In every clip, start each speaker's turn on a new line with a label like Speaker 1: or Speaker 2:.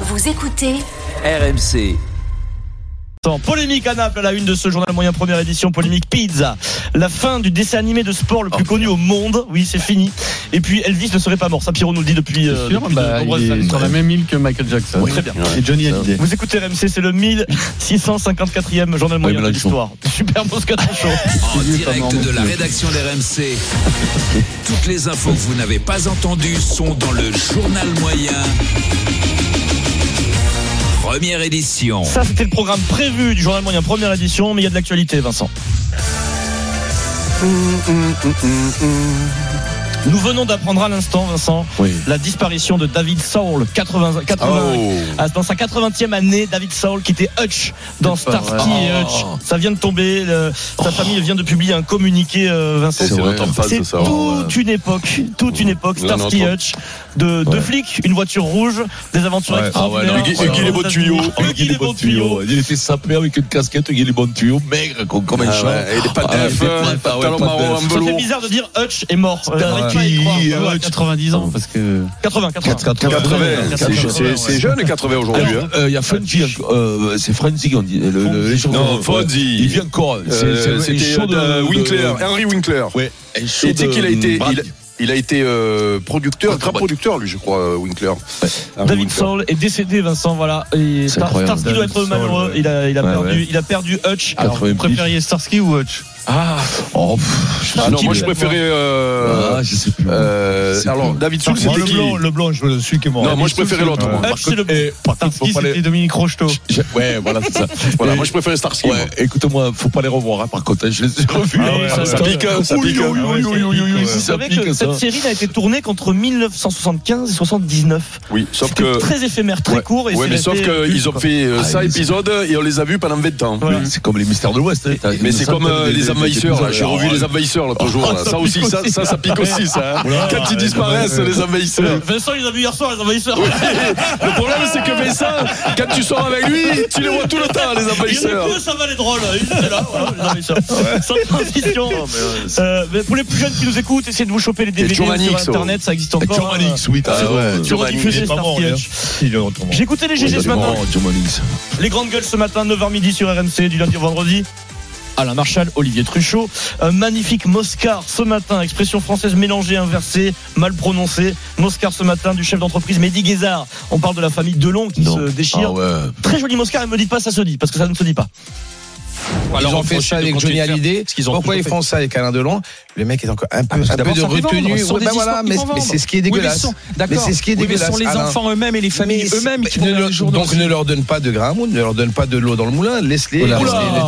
Speaker 1: Vous écoutez
Speaker 2: RMC.
Speaker 3: Polémique à Naples à la une de ce journal moyen première édition polémique pizza. La fin du dessin animé de sport le plus
Speaker 4: Oh.
Speaker 3: connu au monde. Oui, c'est fini. Et puis Elvis ne serait pas mort. Ça, Pierrot nous le dit depuis. euh,
Speaker 4: sûr,
Speaker 3: depuis
Speaker 4: bah,
Speaker 3: de nombreuses
Speaker 4: il est
Speaker 3: années.
Speaker 4: sur la même île que Michael Jackson.
Speaker 3: Très bien.
Speaker 4: Et Johnny Hallyday.
Speaker 3: Vous écoutez RMC, c'est le 1654e journal moyen de l'histoire. Super Moscato Show.
Speaker 2: En
Speaker 4: Il est pas mort
Speaker 2: direct
Speaker 4: non
Speaker 2: de la
Speaker 4: plus.
Speaker 2: rédaction d'RMC. Toutes les infos que vous n'avez pas entendues sont dans le journal moyen. Première édition.
Speaker 3: Ça, c'était le programme prévu du journal moyen première édition, mais il y a de l'actualité, Vincent. Nous venons d'apprendre à l'instant, Vincent,
Speaker 4: Oui.
Speaker 3: la disparition de David Saul, 80, 80
Speaker 5: Oh.
Speaker 3: Ah, dans sa 80e année, David Saul, qui était Hutch dans
Speaker 4: C'est pas
Speaker 3: Starsky
Speaker 4: vrai.
Speaker 3: et Hutch.
Speaker 5: Oh.
Speaker 3: Ça vient de tomber, le- sa famille vient de publier un communiqué, euh, Vincent.
Speaker 5: C'est vrai, on parle
Speaker 3: C'est
Speaker 5: de ça,
Speaker 3: toute une époque, toute une époque,
Speaker 5: Non, non,
Speaker 3: Starsky et
Speaker 5: attends.
Speaker 3: Hutch, de deux flics, une voiture rouge, des aventures
Speaker 5: Ouais. Ah ouais,
Speaker 3: extraordinaires.
Speaker 5: non, Hugues-
Speaker 3: Euh,
Speaker 5: Hugues les bons tuyaux.
Speaker 3: Hugues les bons tuyaux.
Speaker 5: Il était sapé avec une casquette, Hugues les bons tuyaux, maigre comme, comme un
Speaker 6: Ah
Speaker 5: chat.
Speaker 6: ouais, et des pattes d'œuf,
Speaker 5: des
Speaker 6: euh,
Speaker 5: pattes,
Speaker 6: pantalon
Speaker 5: ouais, pattes
Speaker 6: marron
Speaker 5: d'œuf.
Speaker 6: en
Speaker 3: Ça fait
Speaker 6: velours.
Speaker 3: bizarre de dire Hutch est mort. Euh, j'arrive pas à y
Speaker 5: Qui,
Speaker 3: croire. Ouais,
Speaker 5: Hutch
Speaker 4: 90 ans, parce que.
Speaker 3: 80, 80.
Speaker 6: 80, c'est- c'est- c'est jeune 80 aujourd'hui.
Speaker 5: Alors,
Speaker 6: hein.
Speaker 5: euh, Il y a Funky, euh, c'est Frenzy qu'on dit. Le, le, les journaux.
Speaker 6: Non, Fonzie.
Speaker 5: Il vient encore. C'est-
Speaker 6: Euh,
Speaker 5: C'est un
Speaker 6: C'était
Speaker 5: show de,
Speaker 6: euh,
Speaker 5: de-
Speaker 6: Winkler, Henry Winkler.
Speaker 5: Ouais, un show
Speaker 6: Il dit
Speaker 5: de- Ah,
Speaker 6: qu'il a été, il,
Speaker 5: Brad-
Speaker 6: il a été euh, producteur,
Speaker 5: Ouais,
Speaker 6: grand
Speaker 5: ouais.
Speaker 6: producteur lui, je crois, euh, Winkler. Henry
Speaker 3: David
Speaker 6: Winkler.
Speaker 3: Saul est décédé, Vincent. Voilà. Et Star-
Speaker 5: incroyable.
Speaker 3: Starsky doit être
Speaker 4: David Saul,
Speaker 3: malheureux.
Speaker 4: ouais.
Speaker 3: Il a, il a
Speaker 5: Ouais,
Speaker 3: perdu,
Speaker 5: ouais.
Speaker 3: il a perdu Hutch.
Speaker 5: Alors, 80.
Speaker 4: Vous préfériez Starsky ou Hutch
Speaker 5: Ah, oh, pff, je sais
Speaker 6: Ah non,
Speaker 5: plus
Speaker 6: moi
Speaker 5: qui
Speaker 6: je
Speaker 5: le-
Speaker 6: préférais.
Speaker 5: Ah,
Speaker 6: euh,
Speaker 5: je sais plus.
Speaker 6: euh,
Speaker 5: C'est
Speaker 6: Alors
Speaker 5: plus-
Speaker 6: David Soul, c'était qui
Speaker 4: le blanc, je le suis qui est mort.
Speaker 6: Non, moi je préférais l'autre. moi.
Speaker 3: Hutch, c'est le
Speaker 5: Eh, par contre, faut
Speaker 4: Starsky,
Speaker 5: pas les-
Speaker 4: c'était Dominique Rocheteau.
Speaker 5: J'ai- Ouais, voilà, c'est ça.
Speaker 6: Voilà,
Speaker 5: Et-
Speaker 6: moi je préférais Starsky. moi.
Speaker 5: Ouais, écoute-moi, faut pas les revoir, hein, par contre, hein, je les ai revus.
Speaker 3: Ah ouais,
Speaker 5: ça,
Speaker 3: ça
Speaker 5: pique, hein, ça
Speaker 6: Oui,
Speaker 5: pique.
Speaker 6: oui,
Speaker 5: oui, oui, oui, oui,
Speaker 3: Vous
Speaker 5: si ça
Speaker 3: savez que
Speaker 5: pique, hein, ça.
Speaker 3: cette série n'a été tournée qu'entre 1975 et 79.
Speaker 6: Oui, sauf
Speaker 3: C'était
Speaker 6: que.
Speaker 3: très éphémère, très
Speaker 6: Ouais.
Speaker 3: court. Et
Speaker 6: Ouais,
Speaker 3: c'est
Speaker 6: mais sauf
Speaker 3: resté
Speaker 6: qu'ils ont
Speaker 3: culte,
Speaker 6: fait euh,
Speaker 5: Ah,
Speaker 6: ça
Speaker 5: ils-
Speaker 6: épisode et on les a vus pendant 20 ans.
Speaker 3: quoi. Voilà.
Speaker 5: C'est comme les mystères de l'Ouest. hein, t'as
Speaker 6: Mais
Speaker 5: une
Speaker 6: c'est
Speaker 5: centaine
Speaker 6: comme euh,
Speaker 5: de-
Speaker 6: les
Speaker 5: de-
Speaker 6: envahisseurs, là. J'ai
Speaker 5: d'épisodes.
Speaker 6: revu les envahisseurs, là, toujours.
Speaker 5: Ah,
Speaker 6: là.
Speaker 3: ça
Speaker 6: Ça aussi,
Speaker 3: pique
Speaker 6: ça,
Speaker 3: aussi.
Speaker 6: ça, ça pique aussi, ça. hein. Quand ils disparaissent, les envahisseurs.
Speaker 3: Euh, Vincent, il les a vu hier soir, les envahisseurs.
Speaker 6: Le problème, c'est que Vincent, quand tu sors avec lui, tu les vois tout le temps, les
Speaker 3: Il y en a
Speaker 6: envahisseurs.
Speaker 3: deux, ça va les drôles. Ils étaient là, voilà, les envahisseurs.
Speaker 5: Ah
Speaker 3: Sans transition. Euh, mais pour les plus jeunes qui nous écoutent, essayez de vous choper les DVD sur
Speaker 6: Joanne Hicks,
Speaker 3: Internet, ça existe
Speaker 5: Ah,
Speaker 3: encore.
Speaker 5: John
Speaker 3: hein.
Speaker 5: Mannix, oui, t'as-
Speaker 6: Ah ouais.
Speaker 3: Sur
Speaker 6: Joanne Hicks,
Speaker 3: diffusé
Speaker 6: il est pas
Speaker 3: Starsky Hutch. hein. J'ai écouté les
Speaker 5: Ouais,
Speaker 3: GG ce
Speaker 5: il est
Speaker 3: matin.
Speaker 5: mort, John Mannix.
Speaker 3: Les grandes gueules ce matin, 9h midi sur RMC, du lundi au vendredi. Alain Marchal, Olivier Truchot, un magnifique Moscar ce matin, expression française mélangée, inversée, mal prononcée. Moscar ce matin du chef d'entreprise Mehdi Guézard. On parle de la famille Delon qui
Speaker 5: Non.
Speaker 3: se déchire.
Speaker 5: Ah ouais.
Speaker 3: Très joli Moscar, et me dites pas ça se dit, parce que ça ne se dit pas.
Speaker 7: Alors on fait ça avec Johnny Hallyday.
Speaker 3: ont
Speaker 7: Pourquoi ils
Speaker 3: toujours
Speaker 7: font ça avec Alain Delon Le mec est encore un peu, un peu
Speaker 8: d'abord,
Speaker 7: de
Speaker 8: ça fait vendre,
Speaker 7: retenue.
Speaker 8: ce sont
Speaker 7: Ouais,
Speaker 8: des
Speaker 7: ben voilà,
Speaker 8: histoires qui
Speaker 7: mais,
Speaker 8: font
Speaker 7: mais
Speaker 8: vendre.
Speaker 7: c'est ce qui est
Speaker 8: Oui, mais
Speaker 7: dégueulasse.
Speaker 8: sont- d'accord.
Speaker 7: Mais c'est ce qui est
Speaker 8: Oui, mais
Speaker 7: dégueulasse,
Speaker 8: ce sont les
Speaker 7: Alain.
Speaker 8: enfants eux-mêmes et les familles
Speaker 7: Mais c'est-
Speaker 8: eux-mêmes qui font
Speaker 7: ne
Speaker 8: gagner
Speaker 7: leur-
Speaker 8: le jour
Speaker 7: donc
Speaker 8: de
Speaker 7: ne leur donne pas de grain à moudre, ne leur donne pas de l'eau dans le moulin, laisse-les.
Speaker 5: Oula.
Speaker 7: laisse-les-
Speaker 3: Oula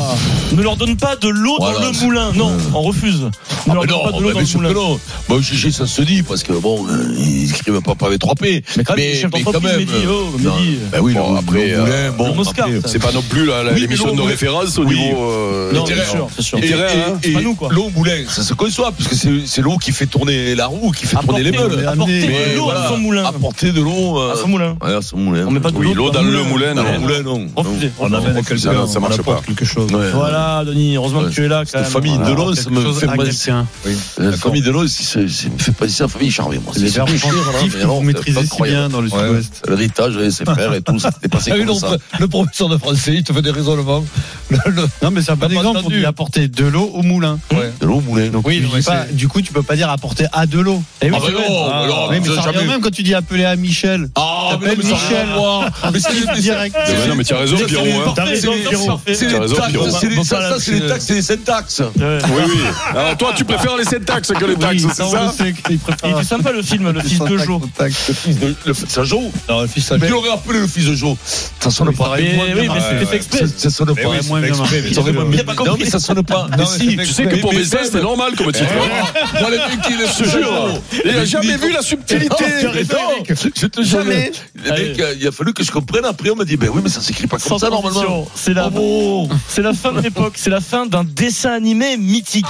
Speaker 3: Ne leur donne pas de l'eau
Speaker 5: Voilà.
Speaker 3: dans le moulin. Non, on refuse. Ne
Speaker 5: Ah
Speaker 3: leur
Speaker 5: mais
Speaker 3: donne
Speaker 5: non,
Speaker 3: pas de l'eau
Speaker 5: mais
Speaker 3: dans
Speaker 5: bien
Speaker 3: le
Speaker 5: sûr que
Speaker 3: moulin.
Speaker 5: non. Bon, GG, ça se dit, parce que bon, euh, ils écrivent pas avec 3P.
Speaker 3: Mais quand même, c'est le chef
Speaker 5: mais
Speaker 3: d'entreprise,
Speaker 5: quand même,
Speaker 3: Mehdi, oh,
Speaker 5: non.
Speaker 3: Mehdi.
Speaker 5: Ben oui,
Speaker 6: Bon,
Speaker 5: le-
Speaker 6: après,
Speaker 5: le moulin,
Speaker 6: euh,
Speaker 5: bon,
Speaker 3: le Moscar,
Speaker 5: après,
Speaker 3: ça.
Speaker 6: C'est pas non plus la- la-
Speaker 5: Oui,
Speaker 6: l'émission
Speaker 5: mais
Speaker 6: de
Speaker 5: non,
Speaker 6: référence au
Speaker 5: oui.
Speaker 6: niveau. euh,
Speaker 3: Non,
Speaker 5: c'est
Speaker 3: bien
Speaker 5: vrai.
Speaker 3: sûr, c'est sûr.
Speaker 6: Et-
Speaker 5: Littéraire,
Speaker 6: hein.
Speaker 5: et-
Speaker 3: Pas nous, quoi.
Speaker 5: L'eau au moulin, ça se conçoit, parce que c'est c'est l'eau qui fait tourner la roue, qui fait tourner les
Speaker 3: Apporter
Speaker 5: meubles.
Speaker 3: apporter
Speaker 5: Mais
Speaker 3: de euh, l'eau
Speaker 5: voilà,
Speaker 3: à son moulin.
Speaker 5: Apporter de l'eau. euh,
Speaker 3: À son moulin.
Speaker 5: ouais, à son moulin.
Speaker 3: On met pas de
Speaker 6: Oui, l'eau dans le moulin,
Speaker 5: euh, Dans le
Speaker 6: non.
Speaker 5: moulin, non.
Speaker 3: Refusé.
Speaker 5: On
Speaker 3: amène
Speaker 5: a
Speaker 6: Ça, non, ça marche pas.
Speaker 4: Quelque chose.
Speaker 3: Voilà, Denis, heureusement que
Speaker 5: Ouais.
Speaker 3: tu es là. quand
Speaker 5: La
Speaker 3: même.
Speaker 5: famille
Speaker 3: Voilà.
Speaker 5: Delon, ça me
Speaker 4: Chose
Speaker 5: fait
Speaker 4: à
Speaker 5: penser.
Speaker 4: quelqu'un.
Speaker 5: La
Speaker 4: D'accord.
Speaker 5: famille Delon, si c'est- c'est- me fait penser à la famille Charvet, moi.
Speaker 4: Les
Speaker 5: C'est-
Speaker 4: verbes
Speaker 5: c'est-
Speaker 4: constructifs que
Speaker 5: vraiment,
Speaker 4: vous
Speaker 5: c'est
Speaker 4: maîtrisez si
Speaker 5: incroyable.
Speaker 4: bien dans le
Speaker 5: Ouais.
Speaker 4: sud-ouest.
Speaker 5: L'héritage, et ses frères et tout, ça s'était passé comme ça.
Speaker 8: Le professeur de français, il te fait des raisonnements.
Speaker 4: Non, mais c'est un bon
Speaker 8: T'as pas
Speaker 4: exemple pour
Speaker 8: entendu.
Speaker 4: dire apporter de l'eau
Speaker 3: Ah,
Speaker 4: au moulin.
Speaker 5: Mmh. De l'eau au moulin.
Speaker 4: Donc,
Speaker 8: Oui,
Speaker 4: tu
Speaker 8: non,
Speaker 4: dis
Speaker 8: mais
Speaker 4: pas-
Speaker 8: c'est-
Speaker 4: du coup, tu peux pas dire apporter à de l'eau. Eh oui,
Speaker 5: Ah,
Speaker 4: c'est
Speaker 5: bah
Speaker 4: vrai.
Speaker 5: non,
Speaker 4: Ah,
Speaker 5: alors,
Speaker 4: oui, mais
Speaker 5: ça
Speaker 4: ça
Speaker 5: jamais.
Speaker 4: revient même quand tu dis appeler à Michel.
Speaker 5: Ah, mais non,
Speaker 4: T'appelles
Speaker 5: mais ça n'a rien
Speaker 4: Michel.
Speaker 5: à voir. Mais c'est des- des-
Speaker 4: Direct.
Speaker 6: Mais ouais, Non, mais tu as raison,
Speaker 5: c'est des-
Speaker 6: Pierrot. hein.
Speaker 3: T'as raison,
Speaker 5: c'est des-
Speaker 3: Pierrot.
Speaker 5: c'est des
Speaker 6: T'as raison,
Speaker 5: taxes,
Speaker 6: Pierrot.
Speaker 5: c'est des-
Speaker 3: Bon,
Speaker 5: ça,
Speaker 3: pas
Speaker 5: ça,
Speaker 3: là,
Speaker 5: c'est les
Speaker 3: c'est-
Speaker 5: taxes, c'est les syntaxes.
Speaker 3: Ouais.
Speaker 6: Oui, oui. Alors toi, tu préfères les 7 taxes que les taxes, Ah, c'est
Speaker 4: Ça, on le
Speaker 6: ça
Speaker 4: sait qu'il
Speaker 3: Il
Speaker 4: préfère.
Speaker 3: était sympa le film, le fils de
Speaker 4: Contact,
Speaker 3: Jo.
Speaker 4: contact.
Speaker 5: Le- le- Ça joue.
Speaker 4: Non, le fils
Speaker 5: Il aurait appelé le fils de Joe. Ça sonne
Speaker 4: Oui, ça
Speaker 5: pas.
Speaker 4: aurait moins
Speaker 5: Mais-
Speaker 4: bien
Speaker 5: oui, mais
Speaker 4: marché.
Speaker 5: c'était fait exprès. Ça ça sonne pas.
Speaker 4: oui,
Speaker 5: moins
Speaker 4: c'était
Speaker 5: bien
Speaker 4: exprès,
Speaker 5: marché.
Speaker 4: mais
Speaker 5: Ça aurait
Speaker 4: ça
Speaker 5: moins
Speaker 4: aurait
Speaker 5: bien
Speaker 3: pas
Speaker 5: marché. Non, mais ça sonne pas. Mais si,
Speaker 4: c'était
Speaker 5: tu sais
Speaker 4: exprès.
Speaker 6: Que pour
Speaker 5: mes
Speaker 6: Vincent, c'est normal comme titre. hein.
Speaker 5: Moi, les mecs qui les
Speaker 6: Je te jure. Il a jamais vu la subtilité.
Speaker 5: Non, je te jure. Les mecs, euh, il a fallu que je comprenne. Après, on m'a dit, ben oui, mais ça s'écrit pas comme
Speaker 3: Sans
Speaker 5: ça normalement.
Speaker 3: transition, C'est la,
Speaker 5: Bravo.
Speaker 3: c'est la fin de l'époque, c'est la fin d'un dessin animé mythique.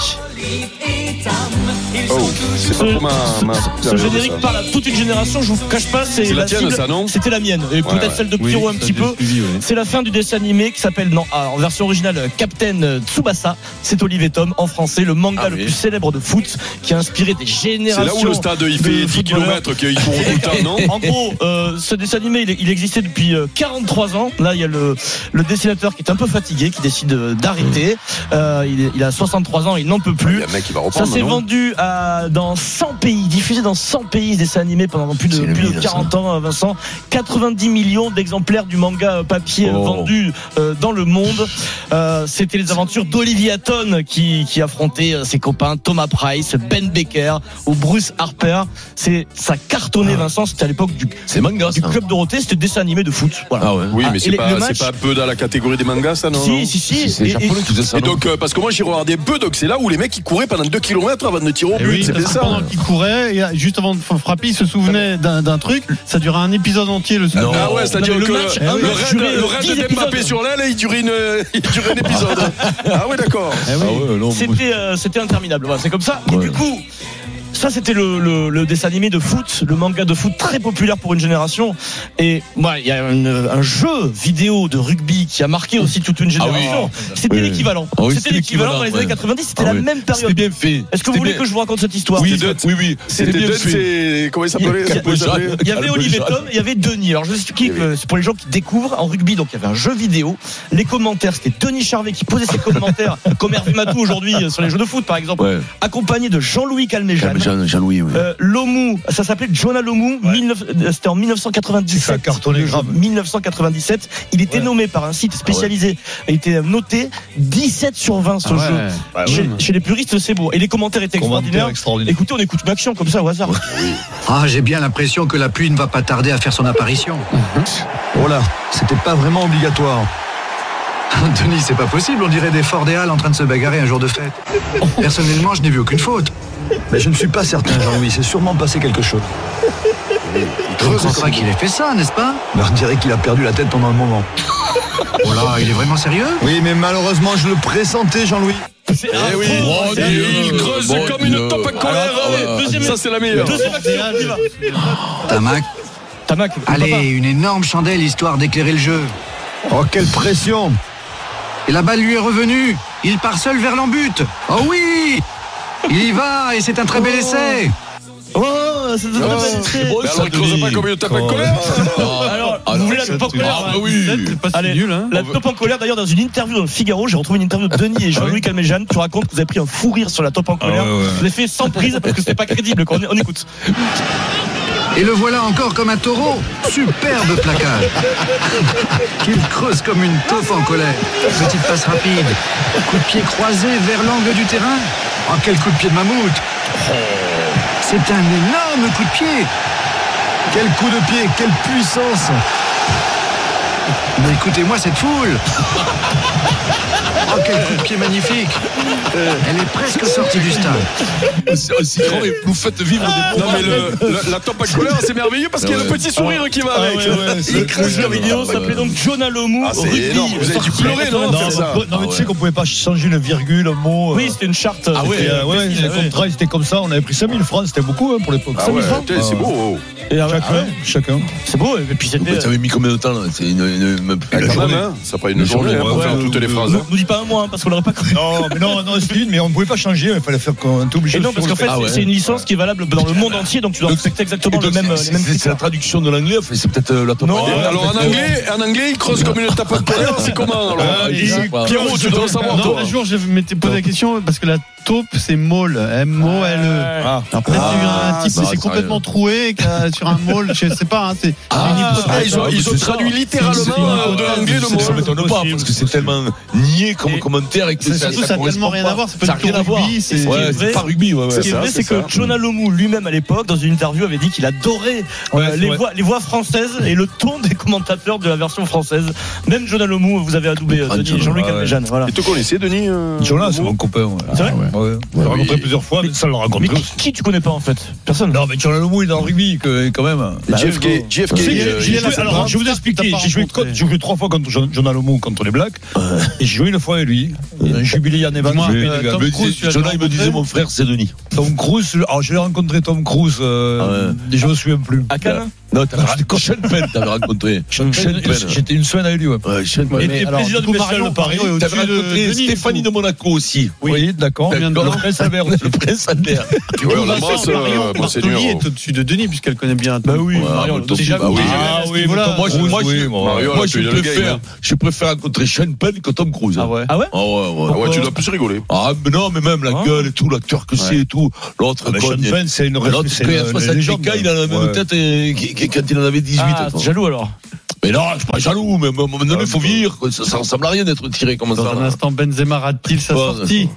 Speaker 6: Oh, c'est pas pour ma. ma-
Speaker 3: Ce générique parle à toute une génération, je vous cache pas, c'est
Speaker 6: C'est la tienne,
Speaker 3: cible,
Speaker 6: ça, non
Speaker 3: C'était la mienne, et peut-être
Speaker 6: ouais.
Speaker 3: celle de Pierrot un petit peu. C'est la fin du dessin animé qui s'appelle, non, ah, en version originale, euh, Cap Captain Tsubasa. C'est Olivier Tom en français, le manga
Speaker 5: Ah
Speaker 3: le
Speaker 5: oui.
Speaker 3: plus célèbre de foot qui a inspiré des
Speaker 6: C'est là
Speaker 3: générations.
Speaker 6: où le stade il
Speaker 3: de
Speaker 6: fait 10
Speaker 3: footballeurs.
Speaker 6: km qu'il court tout le temps, non
Speaker 3: En gros, euh, ce dessin animé, il, il existait depuis euh, 43 ans. Là, il y a le, le dessinateur qui est un peu fatigué, qui décide euh, d'arrêter.
Speaker 6: Hmm.
Speaker 3: Euh, il, il a 63 ans, il n'en peut
Speaker 5: Il
Speaker 6: Ah,
Speaker 3: plus.
Speaker 5: y a un mec qui va
Speaker 3: Ça
Speaker 5: reprendre.
Speaker 3: s'est
Speaker 5: non
Speaker 3: vendu à, dans 100 pays, diffusé dans 100 pays, ce dessin animé pendant plus de,
Speaker 5: C'est
Speaker 3: plus de
Speaker 5: nul,
Speaker 3: 40 ans, euh, Vincent. 90 millions d'exemplaires du manga euh, papier euh,
Speaker 5: Oh.
Speaker 3: vendus euh, dans le monde. Euh, C'était les aventures d'Olivia Hatton qui, qui affrontait euh, ses copains Thomas Price, Ben Baker ou Bruce Harper. C'est Ça cartonnait, Vincent. C'était à l'époque du,
Speaker 5: Ah. C'est manga,
Speaker 3: du
Speaker 5: ça.
Speaker 3: Club Dorothée. C'était dessin animé de foot. Voilà.
Speaker 5: Ah ouais.
Speaker 6: Oui,
Speaker 3: Ah,
Speaker 6: mais
Speaker 3: et
Speaker 6: c'est
Speaker 3: le-
Speaker 6: pas,
Speaker 3: le
Speaker 6: c'est
Speaker 3: match-
Speaker 6: pas un peu dans la catégorie des mangas, ça, non non
Speaker 3: Si, si, si.
Speaker 5: C'est les
Speaker 3: Et- et-
Speaker 5: japonais qui faisaient ça.
Speaker 6: Et
Speaker 5: non
Speaker 6: donc, euh, parce que moi j'ai regardé peu, donc c'est là où les mecs ils couraient pendant 2 km avant de tirer au
Speaker 4: Eh
Speaker 6: but,
Speaker 4: oui,
Speaker 6: c'était
Speaker 4: parce que
Speaker 6: ça.
Speaker 4: pendant qu'il courait, et juste avant de frapper, il se souvenait d'un d'un truc. Ça durait un épisode entier le
Speaker 5: Non.
Speaker 6: Ah ouais, c'est-à-dire
Speaker 3: Non, mais
Speaker 6: que
Speaker 3: le match,
Speaker 6: le
Speaker 3: un match
Speaker 6: raid-
Speaker 3: durait,
Speaker 6: le
Speaker 3: euh,
Speaker 6: raid
Speaker 3: 10
Speaker 6: de Mbappé
Speaker 3: épisodes.
Speaker 6: sur l'aile, il durait une, il durait un épisode. Ah ouais, d'accord.
Speaker 4: Eh oui.
Speaker 5: Ah ouais, non, moi-
Speaker 3: C'était euh, c'était interminable, voilà, c'est comme ça. Et
Speaker 5: Ouais.
Speaker 3: du coup, ça c'était le, le- le dessin animé de foot, le manga de foot très populaire pour une génération. Et moi, il y a une- un jeu vidéo de rugby qui a marqué aussi toute une génération. C'était
Speaker 5: Oui.
Speaker 3: l'équivalent.
Speaker 5: Ah oui,
Speaker 3: c'était
Speaker 5: c'était
Speaker 3: l'équivalent dans les
Speaker 5: l'équivalent,
Speaker 3: années
Speaker 5: ouais.
Speaker 3: 90, c'était
Speaker 5: Ah
Speaker 3: la
Speaker 5: oui.
Speaker 3: même
Speaker 8: C'était
Speaker 3: période.
Speaker 8: bien fait.
Speaker 3: Est-ce que vous
Speaker 8: C'était
Speaker 3: voulez
Speaker 8: bien-
Speaker 3: que je vous raconte cette histoire
Speaker 8: Oui,
Speaker 6: C'était
Speaker 8: oui,
Speaker 6: Dutz.
Speaker 8: oui, oui. C'était
Speaker 6: C'était
Speaker 8: bien
Speaker 6: Dutz,
Speaker 8: fait.
Speaker 6: c'est. Comment
Speaker 3: Il
Speaker 6: il
Speaker 3: y
Speaker 6: s'appelait
Speaker 3: a-
Speaker 6: Comment il s'appelait
Speaker 3: il y avait
Speaker 5: Ah, le
Speaker 3: Olivier
Speaker 5: Jean.
Speaker 3: Tom, il y avait Denis. Alors je vous explique,
Speaker 6: Oui, oui.
Speaker 3: euh, c'est pour les gens qui découvrent en rugby, donc il y avait un jeu vidéo. Les commentaires, c'était Denis Charvet qui posait ses commentaires, comme Hervé Matou aujourd'hui euh, sur les jeux de foot par exemple,
Speaker 5: Ouais.
Speaker 3: accompagné de Jean-Louis Calmejane.
Speaker 5: Jean- Jean-Louis, oui.
Speaker 3: Euh, Lomu, ça s'appelait Jonah Lomu, 19 euh, c'était en 1997.
Speaker 8: cartonné
Speaker 3: Le jeu, 1997, il était nommé par un site spécialisé, il était noté 17 sur 20 ce
Speaker 4: Ah ouais.
Speaker 3: jeu.
Speaker 4: Bah oui.
Speaker 3: chez, chez les puristes, c'est beau. Et les commentaires étaient extraordinaires.
Speaker 8: Commentaire extraordinaire.
Speaker 3: Écoutez, on écoute une action comme ça au hasard.
Speaker 1: Ah, j'ai bien l'impression que la pluie ne va pas tarder à faire son apparition. Oh là, c'était pas vraiment obligatoire. Denis, c'est pas possible, on dirait des Fordéal en train de se bagarrer un jour de fête. Personnellement, je n'ai vu aucune faute. Mais je ne suis pas certain, Jean-Louis, c'est sûrement passé quelque chose. Je pense pas qu'il ait fait ça, n'est-ce pas On dirait qu'il a perdu la tête pendant un moment. Oh là, il est vraiment sérieux Oui, mais malheureusement, je le pressentais, Jean-Louis.
Speaker 3: C'est
Speaker 6: Eh oui,
Speaker 3: affreux, c'est
Speaker 6: et
Speaker 3: affreux.
Speaker 6: il creuse
Speaker 5: Bon
Speaker 6: comme une
Speaker 5: Dieu.
Speaker 6: taupe à colère.
Speaker 3: Alors, euh,
Speaker 6: ouais.
Speaker 3: ouais. Deuxième-
Speaker 6: Ça, c'est la meilleure.
Speaker 3: Deuxième action, on y va.
Speaker 1: Tamac,
Speaker 3: Tamac, le papa.
Speaker 1: allez, une énorme chandelle histoire d'éclairer le jeu.
Speaker 4: Oh quelle pression
Speaker 1: Et la balle lui est revenue. Il part seul vers l'embut. Oh oui Il y va et c'est un très bel essai.
Speaker 3: Oh, c'est
Speaker 6: Oh,
Speaker 3: très
Speaker 6: Mais alors, il creuse pas comme une taupe à colère.
Speaker 3: Alors, vous voulez la taupe en colère
Speaker 5: Ah, bah oui.
Speaker 4: C'est pas si
Speaker 3: Allez,
Speaker 4: nul hein
Speaker 3: La taupe en colère, d'ailleurs, dans une interview dans le Figaro, j'ai retrouvé une interview de Denis et Jean-Louis Calmejane. Tu racontes que vous avez pris un fou rire sur la taupe en colère.
Speaker 8: ouais, ouais.
Speaker 3: Vous avez fait sans prise parce que c'était pas crédible. quoi. On, on écoute.
Speaker 1: Et le voilà encore comme un taureau. Superbe plaquage. Qu'il creuse comme une taupe en colère. Petite passe rapide. Coup de pied croisé vers l'angle du terrain. Oh, quel coup de pied de mammouth C'est un énorme coup de pied. Quel coup de pied, quelle puissance Mais écoutez-moi cette foule Oh, quel coup de pied magnifique Elle est presque sortie du stade.
Speaker 5: On s'y croit et vous faites vivre des
Speaker 6: Non, mais le- la- la taupe à colère, c'est merveilleux parce qu'il y a le petit sourire qui va avec.
Speaker 3: Il creuse la
Speaker 5: Ah,
Speaker 3: vidéo, s'appelait donc Jonah Lomu.
Speaker 6: Ah, c'est
Speaker 3: rugby,
Speaker 6: énorme. Vous avez dû
Speaker 3: sorti-
Speaker 6: pleurer, non,
Speaker 8: Non,
Speaker 6: faire ça.
Speaker 8: mais- non, mais tu sais qu'on pouvait pas changer une virgule, un mot. euh,
Speaker 3: Oui, c'était une charte.
Speaker 8: Ah ouais,
Speaker 3: euh,
Speaker 8: euh, ouais,
Speaker 3: précise,
Speaker 8: les
Speaker 3: ouais.
Speaker 8: contrats, c'était comme ça. On avait pris 5000 francs, c'était beaucoup hein, pour l'époque.
Speaker 6: Ah ouais, putain, c'est beau. oh.
Speaker 3: Et alors,
Speaker 8: Chacun, chacun.
Speaker 3: C'est beau. Et puis c'était. euh,
Speaker 5: Ça avait mis combien de temps là C'est une, une, une-
Speaker 6: Ah,
Speaker 5: une
Speaker 6: Quand
Speaker 5: journée.
Speaker 6: même, hein. Ça prend une
Speaker 5: Une
Speaker 6: journée
Speaker 5: journée,
Speaker 6: hein, pour
Speaker 5: ouais.
Speaker 6: faire toutes les phrases. hein.
Speaker 3: Nous dis pas un mois hein, parce qu'on l'aurait pas cru.
Speaker 8: Non, mais non, non, c'est une, mais on pouvait pas changer. Il fallait faire qu'on était obligé
Speaker 3: Et non,
Speaker 8: de-
Speaker 3: parce qu'en fait,
Speaker 5: Ah
Speaker 3: c'est-
Speaker 5: ouais.
Speaker 3: c'est une licence qui est valable dans le monde entier, donc tu dois
Speaker 5: Donc,
Speaker 3: respecter exactement
Speaker 5: Et
Speaker 3: le
Speaker 5: donc,
Speaker 3: même.
Speaker 5: c'est-
Speaker 3: les mêmes
Speaker 5: c'est- C'est la
Speaker 3: critères.
Speaker 5: traduction de l'anglais, enfin, c'est peut-être euh, la top.
Speaker 3: Non,
Speaker 5: Ouais,
Speaker 6: Et alors en
Speaker 5: peut-être,
Speaker 6: anglais, en anglais, il creuse comme une tape à colère, c'est comment alors
Speaker 5: Ah, il-
Speaker 6: Pierrot, tu dois le savoir
Speaker 4: Non,
Speaker 6: toi.
Speaker 4: un jour je m'étais posé la question parce que la taupe c'est môle, M-O-L-E.
Speaker 3: Ah.
Speaker 4: Alors peut-être qu'il y a eu un type
Speaker 5: bah,
Speaker 4: qui s'est
Speaker 5: ça
Speaker 4: complètement
Speaker 5: arrive.
Speaker 4: troué qui a- sur un môle, je sais pas, hein, c'est une
Speaker 5: Ah,
Speaker 4: hypothèse.
Speaker 6: Ah, ils ont,
Speaker 5: Ah,
Speaker 6: ils ont
Speaker 5: c'est ça.
Speaker 6: traduit
Speaker 4: C'est-
Speaker 6: littéralement
Speaker 4: c'est-
Speaker 6: euh, de
Speaker 4: c'est-
Speaker 6: l'anglais le
Speaker 4: c'est-
Speaker 6: mot.
Speaker 5: Ça m'étonne pas,
Speaker 3: possible.
Speaker 5: parce que c'est tellement nié
Speaker 3: Et-
Speaker 5: comme commentaire et que
Speaker 4: c'est- surtout, ça a
Speaker 5: correspond
Speaker 4: tellement rien
Speaker 5: pas.
Speaker 4: à voir, c'est pas
Speaker 5: Ça
Speaker 4: du
Speaker 5: a
Speaker 4: tout
Speaker 5: rien à
Speaker 4: rugby,
Speaker 5: voir.
Speaker 4: c'est-
Speaker 5: Ouais,
Speaker 3: c'est vrai.
Speaker 5: c'est pas rugby, ouais, ouais.
Speaker 3: Ce qui est vrai, c'est que Jonah Lomu lui-même à l'époque, dans une interview, avait dit qu'il adorait euh,
Speaker 8: Ouais, c'est
Speaker 3: les,
Speaker 8: vrai.
Speaker 3: voix, les voix françaises et le ton des commentateurs de la version française. Même Jonah Lomu, vous avez adoubé euh,
Speaker 5: Ah,
Speaker 3: Denis
Speaker 5: Jonah,
Speaker 3: Jean-Luc
Speaker 8: ouais.
Speaker 3: Calmejane. Voilà.
Speaker 6: Et te connaissais, Denis euh,
Speaker 8: Jonah, c'est
Speaker 6: Momo
Speaker 8: mon copain. ouais.
Speaker 3: C'est vrai
Speaker 8: Ouais. Ouais. On l'a rencontré plusieurs fois, mais ça on l'a
Speaker 3: Mais
Speaker 8: rencontré
Speaker 3: qui,
Speaker 8: aussi.
Speaker 3: qui tu connais pas en fait Personne.
Speaker 8: Non, mais Jonah Lomou, il est dans le rugby, que- quand même.
Speaker 6: JFK, JFK.
Speaker 8: Tu sais que
Speaker 6: euh,
Speaker 8: j'ai- j'ai
Speaker 6: il-
Speaker 8: joué- alors, je vais vous expliquer. J'ai joué, contre- j'ai joué trois fois contre John, Jonah Lomu, contre les Blacks. Et j'ai joué une fois avec lui. Il y a Un Euh, jubilé Yann Evans.
Speaker 4: Dis-moi,
Speaker 8: J'ai-
Speaker 4: euh, Tom
Speaker 8: il me
Speaker 4: Cruise,
Speaker 8: disait-
Speaker 4: tu l'as
Speaker 8: Jonah, il me
Speaker 4: rencontré
Speaker 8: disait, mon ah, frère, c'est Denis. Tom Cruise, alors je l'ai rencontré Tom Cruise, euh, je me souviens plus.
Speaker 3: À Cannes
Speaker 5: Non, t'avais raconté Sean Penn, t'avais raconté. Sean Penn.
Speaker 8: J'étais une semaine avec lui. ouais.
Speaker 5: Ouais, Sean Penn.
Speaker 3: Et t'es président du PSL de Paris.
Speaker 4: est
Speaker 5: T'avais
Speaker 4: au-dessus de
Speaker 5: raconté
Speaker 4: Denis,
Speaker 5: Stéphanie de Monaco aussi.
Speaker 8: Oui, d'accord.
Speaker 4: Combien de
Speaker 8: Le
Speaker 4: temps
Speaker 8: prince Albert aussi.
Speaker 5: Le prince Albert.
Speaker 6: Tu vois, la
Speaker 4: Vincent
Speaker 6: masse,
Speaker 4: Marion
Speaker 6: euh, monseigneur.
Speaker 4: Bartoli est au-dessus de Denis puisqu'elle connaît bien.
Speaker 8: Bah oui,
Speaker 5: Ouais,
Speaker 8: Marion,
Speaker 5: Bartoli,
Speaker 8: t'es jaloux.
Speaker 5: bah oui.
Speaker 8: Ah oui,
Speaker 4: Voilà.
Speaker 8: voilà.
Speaker 5: Moi, je, moi, je,
Speaker 8: Oui, moi.
Speaker 6: Mario, il a
Speaker 5: moi, je,
Speaker 6: payé le game,
Speaker 5: préfère,
Speaker 6: hein.
Speaker 5: je préfère rencontrer Sean Penn que Tom Cruise.
Speaker 4: Ah ouais.
Speaker 3: Ah ouais
Speaker 5: Ah ouais, ouais.
Speaker 6: Ah ouais, tu dois plus rigoler.
Speaker 5: Ah, mais non, mais même la
Speaker 8: Ah.
Speaker 5: gueule et tout, l'acteur que c'est et tout. L'autre,
Speaker 8: Mais Bah, Sean
Speaker 5: cogne.
Speaker 8: Penn, c'est une
Speaker 5: L'autre,
Speaker 8: c'est
Speaker 5: quand il
Speaker 8: une-
Speaker 5: a
Speaker 8: une
Speaker 5: 65
Speaker 8: légende.
Speaker 5: cas, il a la même
Speaker 8: Ouais.
Speaker 5: tête euh, qu- qu- quand il en avait 18.
Speaker 3: Ah,
Speaker 5: attends.
Speaker 3: t'es jaloux alors
Speaker 5: Mais non, je suis pas jaloux, mais à un moment donné, il faut vivre. quoi. Ça, ça ressemble à rien d'être tiré comme ça.
Speaker 4: Ah, Dans un
Speaker 5: là.
Speaker 4: instant, Benzema rate-t-il sa
Speaker 5: Bon,
Speaker 4: sortie